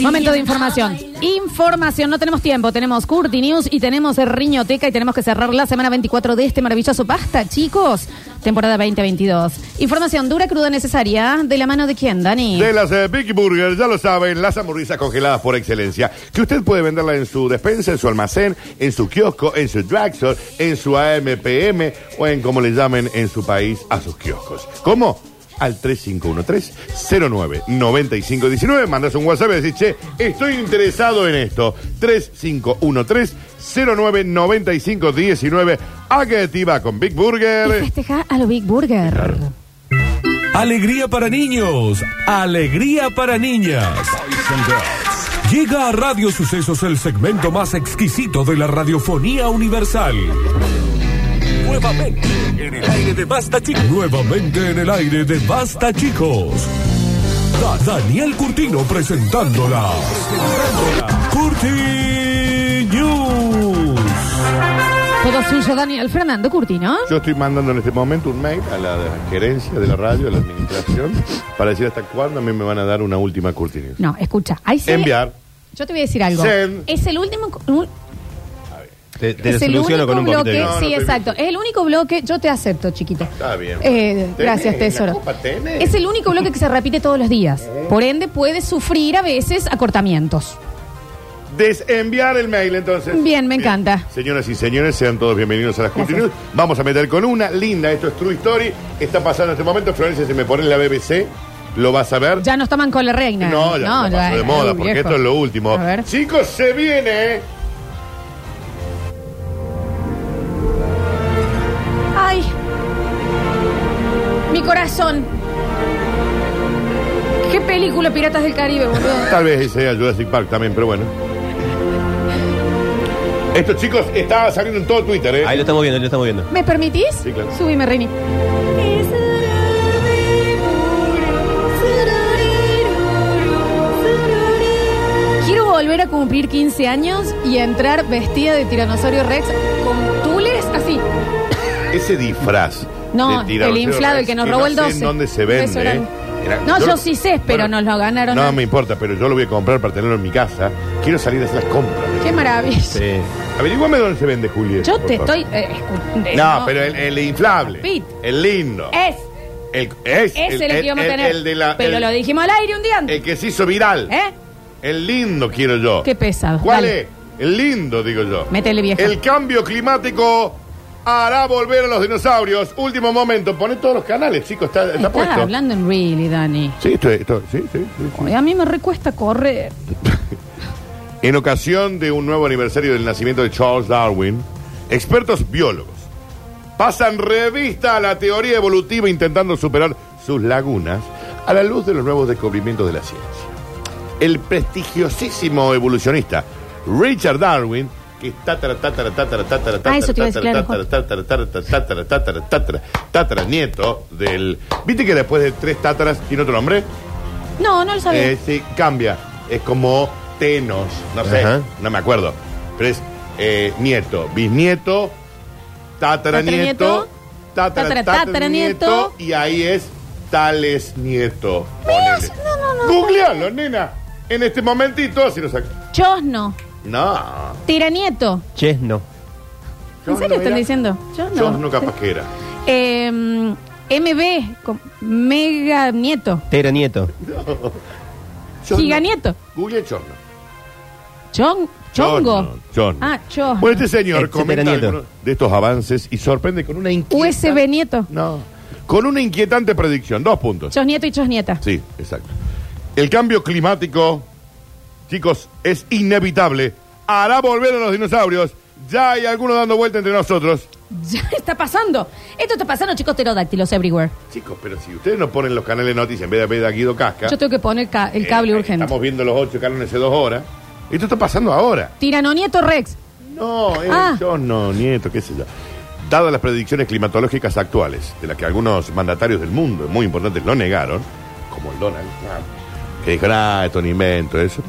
Momento de información. Información, no tenemos tiempo. Tenemos Curti News y tenemos Riñoteca y tenemos que cerrar la semana 24 de este maravilloso pasta, chicos. Temporada 2022. Información dura, cruda, necesaria. ¿De la mano de quién, Dani? De las eh, Big Burger, ya lo saben, las hamburguesas congeladas por excelencia. Que usted puede venderla en su despensa, en su almacén, en su kiosco, en su drugstore, en su AMPM o en como le llamen en su país a sus kioscos. ¿Cómo? Al 3513-099519. Mandas un WhatsApp y decís, che, estoy interesado en esto. 3513-099519. Activa con Big Y Burger. festeja a lo Big Burger. Alegría para niños, alegría para niñas. Llega a Radio Sucesos el segmento más exquisito de la radiofonía universal. Nuevamente en el aire de Basta Chicos. Nuevamente en el aire de Basta Chicos. Da- Daniel Curtino presentándola. Curti News. Todo suyo, Daniel Fernando Curti, ¿no? Yo estoy mandando en este momento un mail a la gerencia de la radio, a la administración, para decir hasta cuándo a mí me van a dar una última cortina. No, escucha. Ahí se... Enviar. Yo te voy a decir algo. Send. Es el último. Te, te lo es el soluciono único con un poquito bloque. de... No, no sí, te- exacto. Es el único bloque. Yo te acepto, chiquito. Está bien. Eh, Tenés, gracias, la tesoro. copa tenés. Oh. Es el único bloque que se repite todos los días. Por ende, puede sufrir a veces acortamientos. Desenviar el mail, entonces. Bien, me encanta. Señoras y señores, sean todos bienvenidos a las Gracias. continuas. Vamos a meter con una linda. Esto es True Story. Está pasando en este momento. Florencia, si me ponen la BBC, lo vas a ver. Ya nos toman con la reina. No, ya no, pasó de moda, uy, porque viejo. esto es lo último. A ver. Chicos, se viene. Ay, mi corazón. ¿Qué película Piratas del Caribe, boludo? Tal vez sea Jurassic Park también, pero bueno. Esto, chicos, está saliendo en todo Twitter, ¿eh? Ahí lo estamos viendo, ahí lo estamos viendo. ¿Me permitís? Sí, claro. Subime, Rini. Quiero volver a cumplir 15 años y entrar vestida de tiranosaurio Rex con tules así. Ese disfraz. No, del tiranosaurio el inflado, Rex, el que nos robó el no sé 12. en dónde se Beso vende? grande. ¿eh? Era- No, yo sí sé, pero nos lo ganaron No al- me importa, pero yo lo voy a comprar para tenerlo en mi casa. Quiero salir a hacer las compras. Qué maravilla. Sí. Averígame dónde se vende, Julieta. Yo por te favor. estoy. eh, escu- eh, No, pero el, el inflable. Pit. El lindo. Es. El, es Ese es el, que íbamos a tener. el de la- pero el- lo dijimos al aire un día antes. el que se hizo viral. ¿Eh? El lindo quiero yo. Qué pesado. ¿Cuál Dale. es? El lindo, digo yo. Métele, viejo. El cambio climático hará volver a los dinosaurios. Último momento. Poné todos los canales, chicos. Está, está Estás puesto. hablando en really, Dani. Sí, esto, esto- sí, sí, sí, sí. Ay, a mí me recuesta correr. En ocasión de un nuevo aniversario del nacimiento de Charles Darwin, expertos biólogos pasan revista a la teoría evolutiva intentando superar sus lagunas a la luz de los nuevos descubrimientos de la ciencia. El prestigiosísimo evolucionista Richard Darwin, que está tara, tátara, tátara, tátara, Ah, eso te iba a tátara, decir, claro, tátara, tátara, tátara, tátara, tátara, tátara, tátara, nieto del... ¿Viste que después de tres tátaras tiene otro nombre? No, no lo sabía. Eh, sí, cambia. Es como Tenos, no sé, Ajá. no me acuerdo. Pero es eh, nieto, bisnieto, tataranieto, tatara, tatara- tataranieto, tataranieto. y ahí es tales nieto. Mira, Ponele. no, no, no. Googlealo, nena. En este momentito, así lo saco. Chosno. No. Tiranieto. Ches, no. ¿En serio están diciendo? Yo no. Yo no capaz que era. Eh, MB. con- Mega Nieto. Tera Nieto. Yo Giganieto. no. Google chorno. Chon, chongo. Chorno. Ah, chosno. Bueno, este señor Etcétera, comenta nieto. algunos de estos avances y sorprende con una inquietante... USB Nieto. No. Con una inquietante predicción. Dos puntos. Chosnieto y chosnieta. Sí, exacto. El cambio climático, chicos, es inevitable. Hará volver a los dinosaurios. Ya hay algunos dando vuelta entre nosotros. Ya está pasando. Esto está pasando, chicos, pterodáctilos everywhere. Chicos, pero si ustedes no ponen los canales de noticias en vez de pedir a Guido Casca. Yo tengo que poner ca- el eh, cable eh, urgente. Estamos viendo los ocho canales hace dos horas. Esto está pasando ahora. Tiranonieto Rex. No, eh, Ah. yo no, nieto, qué sé yo. Dadas las predicciones climatológicas actuales, de las que algunos mandatarios del mundo, muy importantes, lo negaron, como el Donald Trump, que dijo, ah, esto es un invento, eso,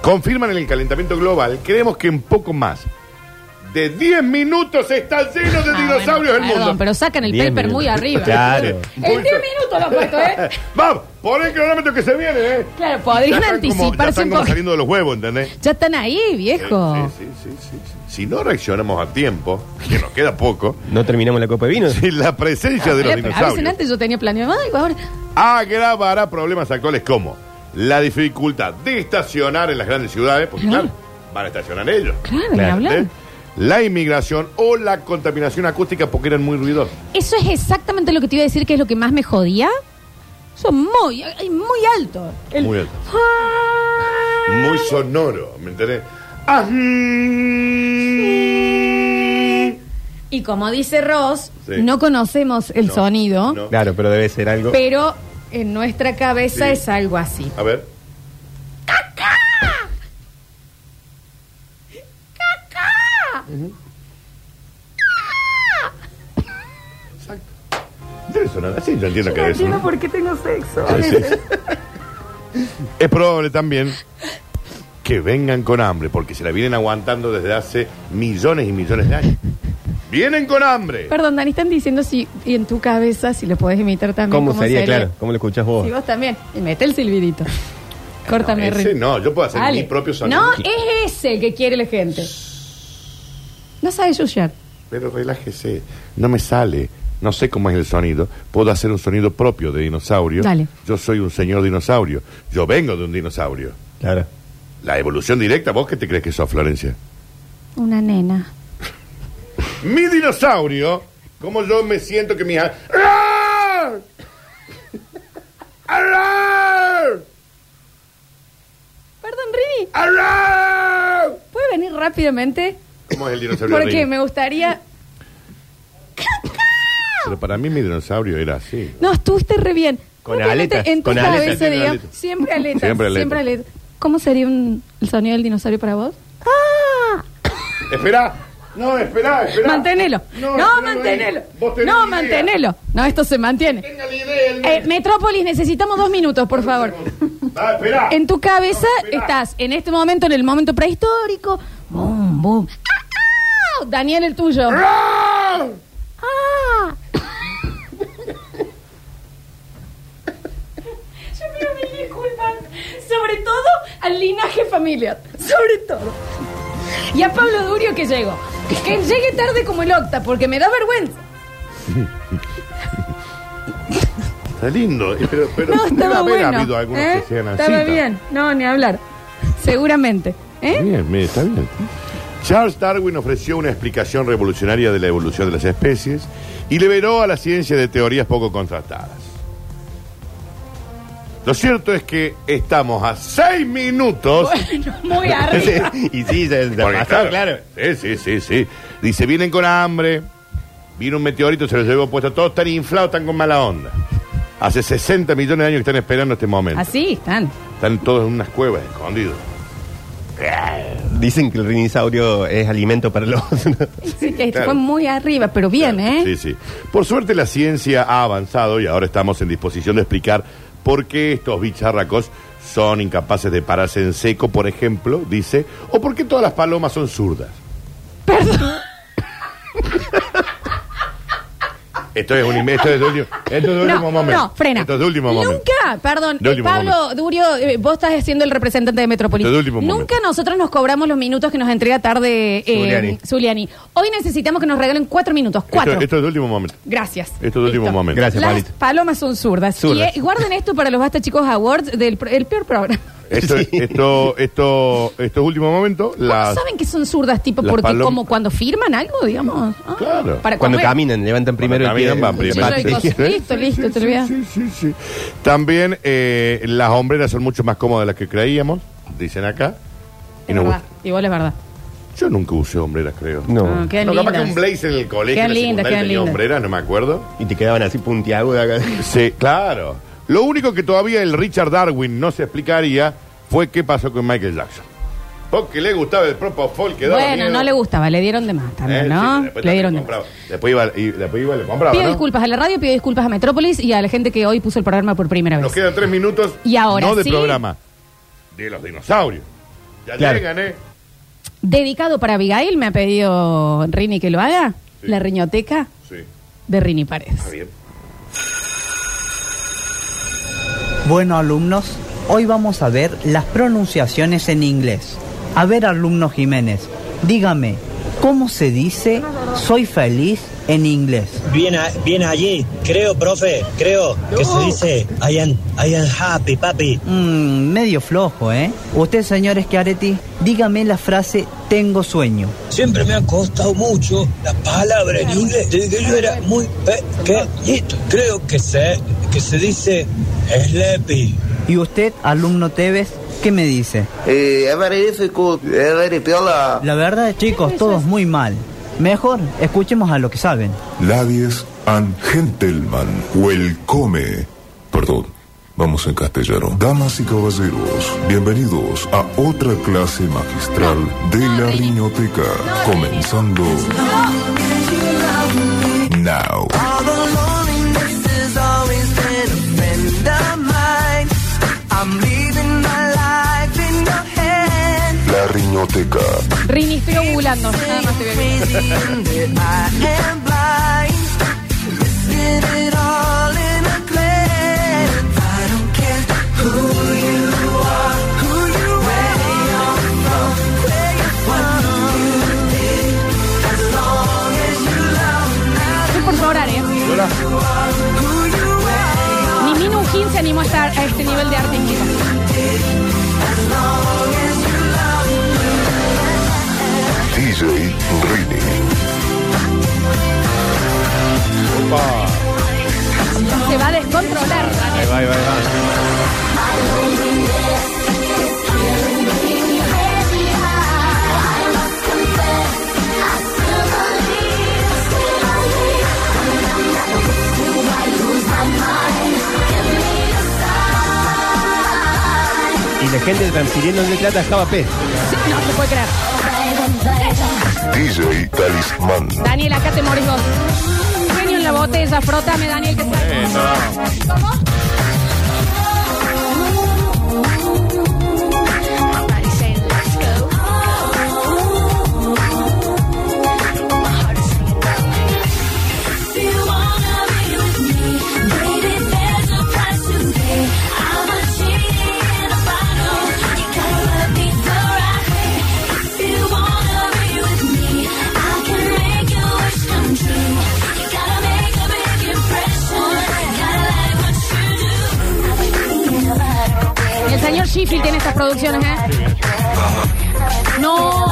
confirman el calentamiento global, creemos que en poco más de 10 minutos está lleno de Ah, dinosaurios bueno, el perdón, mundo. Pero sacan el Diez paper muy minutos. arriba. Claro. En 10 minutos lo puesto, ¿eh? ¡Vamos! Por el cronómetro que se viene, ¿eh? Claro, podrían Ya están como- ya anticiparse están un como poco. saliendo de los huevos, ¿entendés? Eh, Ya están ahí, viejo. Sí, sí, sí, sí, sí. Si no reaccionamos a tiempo, que nos queda poco, ¿No terminamos la copa de vino? sin la presencia de Mira, pero a los veces dinosaurios antes yo tenía planeado algo, ahora. agravará problemas actuales como la dificultad de estacionar en las grandes ciudades, porque Claro. claro, van a estacionar ellos. Claro, ni hablar. ¿entendés? La inmigración o la contaminación acústica porque eran muy ruidosos. Eso es exactamente lo que te iba a decir que es lo que más me jodía. Son muy, ay, muy alto. El- Muy alto. Muy sonoro, ¿me entendés? Ah, mm. Y como dice Ross, Sí. no conocemos el No, sonido, no. Claro, pero debe ser algo. pero en nuestra cabeza Sí. es algo así. A ver. Ujú. Exacto. Debe sonar así, yo entiendo que debe sonar. por qué tengo sexo. Sí, sí. Es probable también que vengan con hambre, porque se la vienen aguantando desde hace millones y millones de años. ¡Vienen con hambre! Perdón, Dani, están diciendo si y en tu cabeza, si lo podés imitar también. ¿Cómo, sería? Claro, ¿cómo lo escuchás vos? Si vos también. Y mete el silbidito. Córtame no, el ese ritmo. no, yo puedo hacer Dale. mi propio sonido. No, es ese el que quiere la gente. No sabe yuyar. Pero relájese, no me sale. No sé cómo es el sonido. Puedo hacer un sonido propio de dinosaurio. Dale. Yo soy un señor dinosaurio. Yo vengo de un dinosaurio. Claro. La evolución directa, ¿vos qué te crees que sos, Florencia? Una nena. Mi dinosaurio, como yo me siento que mi... a- ¡Ah! ¡Ah! Perdón, Rini, ¡Ah! ¿puede venir rápidamente? ¿Cómo es el dinosaurio? Porque Rini? me gustaría. Pero para mí mi dinosaurio era así. No, estuviste re bien. Con Obviamente, aletas, En tu con cabeza, aletas, tiene digamos, aletas. siempre aletas. Siempre Siempre aletas. aletas. ¿Cómo sería un- el sonido del dinosaurio para vos? ¡Ah! Espera, no, espera, espera. Mantenelo. No, No, espera, no, mantenelo. eh. Vos tenés No, idea. mantenelo. No, esto se mantiene. Tenga la idea. el- Eh, Metrópolis, necesitamos dos minutos, por favor. Va, espera. En tu cabeza No, espera. estás en este momento, en el momento prehistórico. Boom, boom. ¡Ah, ah! Daniel, el tuyo. ¡Ah! ¡Ah! Yo pido mil disculpas, sobre todo al linaje familiar, sobre todo. Y a Pablo Durio que llegó. Que llegue tarde como el octa, porque me da vergüenza. Está lindo, eh, pero, pero No, debe estaba haber bueno. habido algunos ¿eh? que sean así. estaba tam- bien, no, ni hablar. Seguramente. ¿eh? Bien, bien, está bien. Charles Darwin ofreció una explicación revolucionaria de la evolución de las especies y liberó a la ciencia de teorías poco contrastadas. Lo cierto es que estamos a seis minutos. Bueno, muy arriba. y sí, se, se Porque, pasó, claro, claro. Sí, sí, sí, sí. Dice, vienen con hambre, vino un meteorito, se los llevó puesto, todos están inflados, están con mala onda. Hace 60 millones de años que están esperando este momento. Así están. Están todos en unas cuevas, escondidos. Dicen que el rinisaurio es alimento para los. Sí, que claro. Fue muy arriba, pero bien, ¿eh? Sí, sí. Por suerte la ciencia ha avanzado y ahora estamos en disposición de explicar por qué estos bicharracos son incapaces de pararse en seco, por ejemplo, dice, o por qué todas las palomas son zurdas. Perdón. Esto es un inme- esto es de último, esto es de último No, momento. no, frena. Esto es de último momento. Nunca, perdón, De último eh, Pablo Durio, eh, vos estás siendo el representante de Metrópolis. De último Nunca momento. nosotros nos cobramos los minutos que nos entrega tarde eh, Zuliani. Zuliani. Hoy necesitamos que nos regalen cuatro minutos. Cuatro. Esto, esto es de último momento. Gracias. Esto es de último Listo. momento. Gracias, Las Pablito. palomas son zurdas. Zurdas. Y eh, guarden esto para los Basta Chicos Awards del pr- el peor programa. Esto, Sí. esto, esto, esto es último momento. Las, ¿Saben que son zurdas? Tipo, las porque palom- como cuando firman algo, digamos. Ah, Claro. Para Cuando comer. caminan, levantan primero Cuando el pie. caminan, van Cuchillo primero. de Sí. cosas. Listo, listo, te lo voy a- Sí, sí, sí. También eh, las hombreras son mucho más cómodas de las que creíamos, dicen acá. Y Es nos verdad. gusta. Igual es verdad. Yo nunca usé hombreras, creo. No. Ah, quedan No, capaz lindas. que un blazer en el colegio. Quedan en la lindas, secundaria quedan tenía lindas. hombreras, no me acuerdo. Y te quedaban así puntiagudas acá. Sí, claro. Lo único que todavía el Richard Darwin no se explicaría fue qué pasó con Michael Jackson. Porque le gustaba el propofol que daba Bueno, miedo. no le gustaba, le dieron de más también, Eh, sí, ¿no? después le también dieron de más. compraba. Después iba, y, después iba y le compraba, Pido ¿no? disculpas a la radio, pido disculpas a Metrópolis y a la gente que hoy puso el programa por primera vez. Nos quedan tres minutos. Y ahora No de sí. programa. De los dinosaurios. Ya Claro. llegan, ¿eh? Dedicado para Abigail, me ha pedido Rini que lo haga. La riñoteca Sí. de Rini Paredes. Está bien. Bueno alumnos, hoy vamos a ver las pronunciaciones en inglés. A ver alumno Jiménez, dígame, ¿cómo se dice soy feliz en inglés? Bien, a- bien allí, creo, profe, creo que se dice I am, I am happy, papi. Mmm, medio flojo, ¿eh? Usted señor Schiaretti, dígame la frase tengo sueño. Siempre me ha costado mucho la palabra en inglés, desde que yo era muy pequeñito. Creo que se, que se dice sleepy. ¿Y usted, alumno Tevez, qué me dice? Eh, es magnífico, es very piola. La verdad chicos, todos muy mal. Mejor, escuchemos a lo que saben. Ladies and gentlemen, welcome. Perdón, vamos en castellano. Damas y caballeros, bienvenidos a otra clase magistral de la riñoteca, comenzando now. La riñoteca. Rini, estoy ovulando. Nada más te voy a decir. Ah, Estoy por llorar, ¿eh? Ni Minujin se animó a estar a este nivel de artístico. DJ Rini. Se va a descontrolar. Ahí va, ahí va, ahí va. Y la gente transfiriendo de plata a Java P. Sí, no se puede creer. DJ Talismán. Daniel, acá te morís vos. Genio en la botella, frótame, Daniel, que sea. Eh, no. El señor Sheffield tiene estas producciones, ¿eh? No.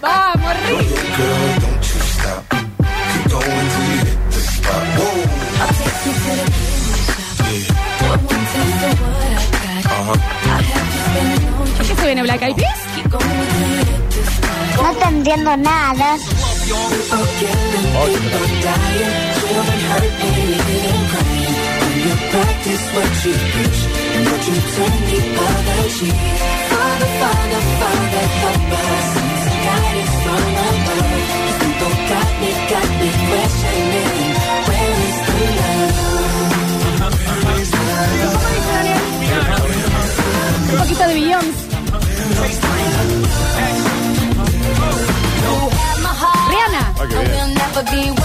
Vamos, Ricky. ¿Qué se viene Black Eyed Peas? No te entiendo nada. Un poquito de Beyoncé. Rihanna. Ah, qué bien.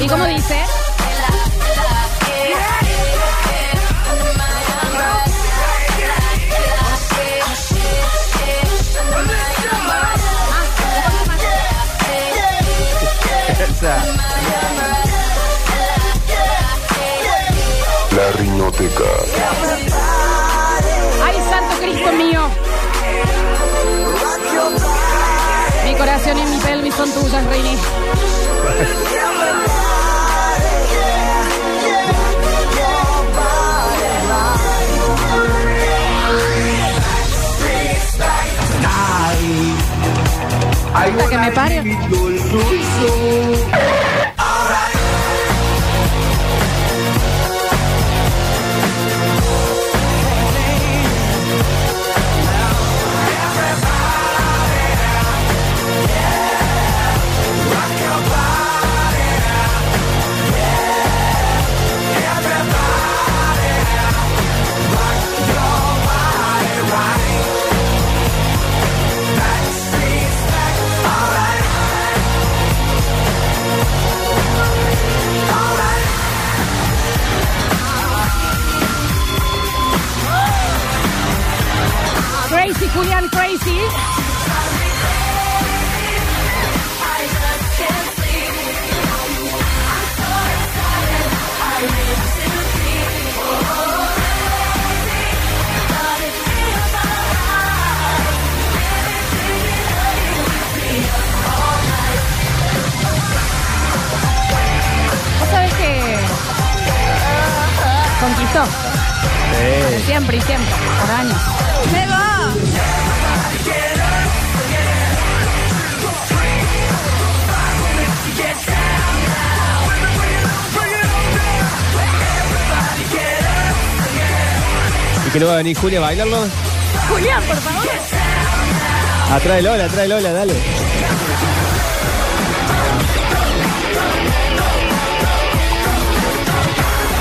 ¿Y cómo dice? La riñoteca. ¡Ay, santo Cristo mío! Mi corazón y mi pelvis son tuyas, Rini. Hasta que me pare. Julián Crazy. ¿Vos sabés que eh, conquistó? Siempre y siempre, por años. ¡Llegó! ¿Y que no va a venir Julia a bailarlo? Julián, por favor. Atrae Lola, atrae Lola, dale.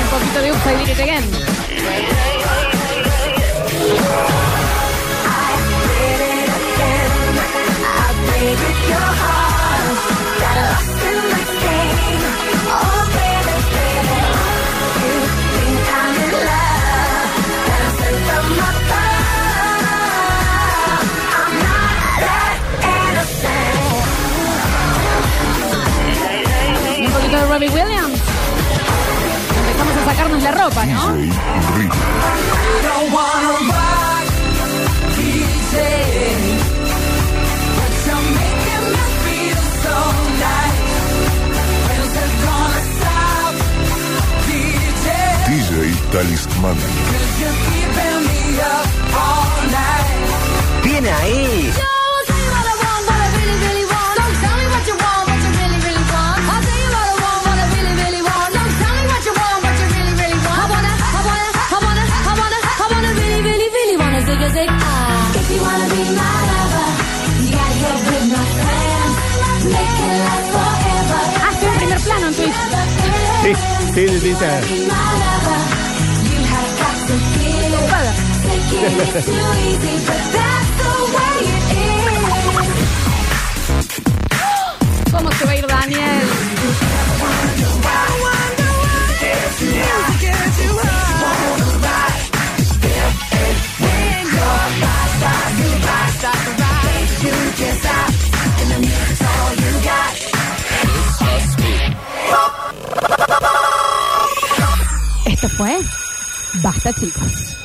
Un poquito de Upside Did It Again. Un poquito de Robbie Williams. Empezamos a sacarnos la ropa, ¿no? DJ Rick. DJ Talismán. Bien ahí. Hazte un primer plano en Twitch. Sí, sí, sí, sí, sí. Ocupada. ¿Cómo se va a ir Daniel? Esto fue Basta, chicos.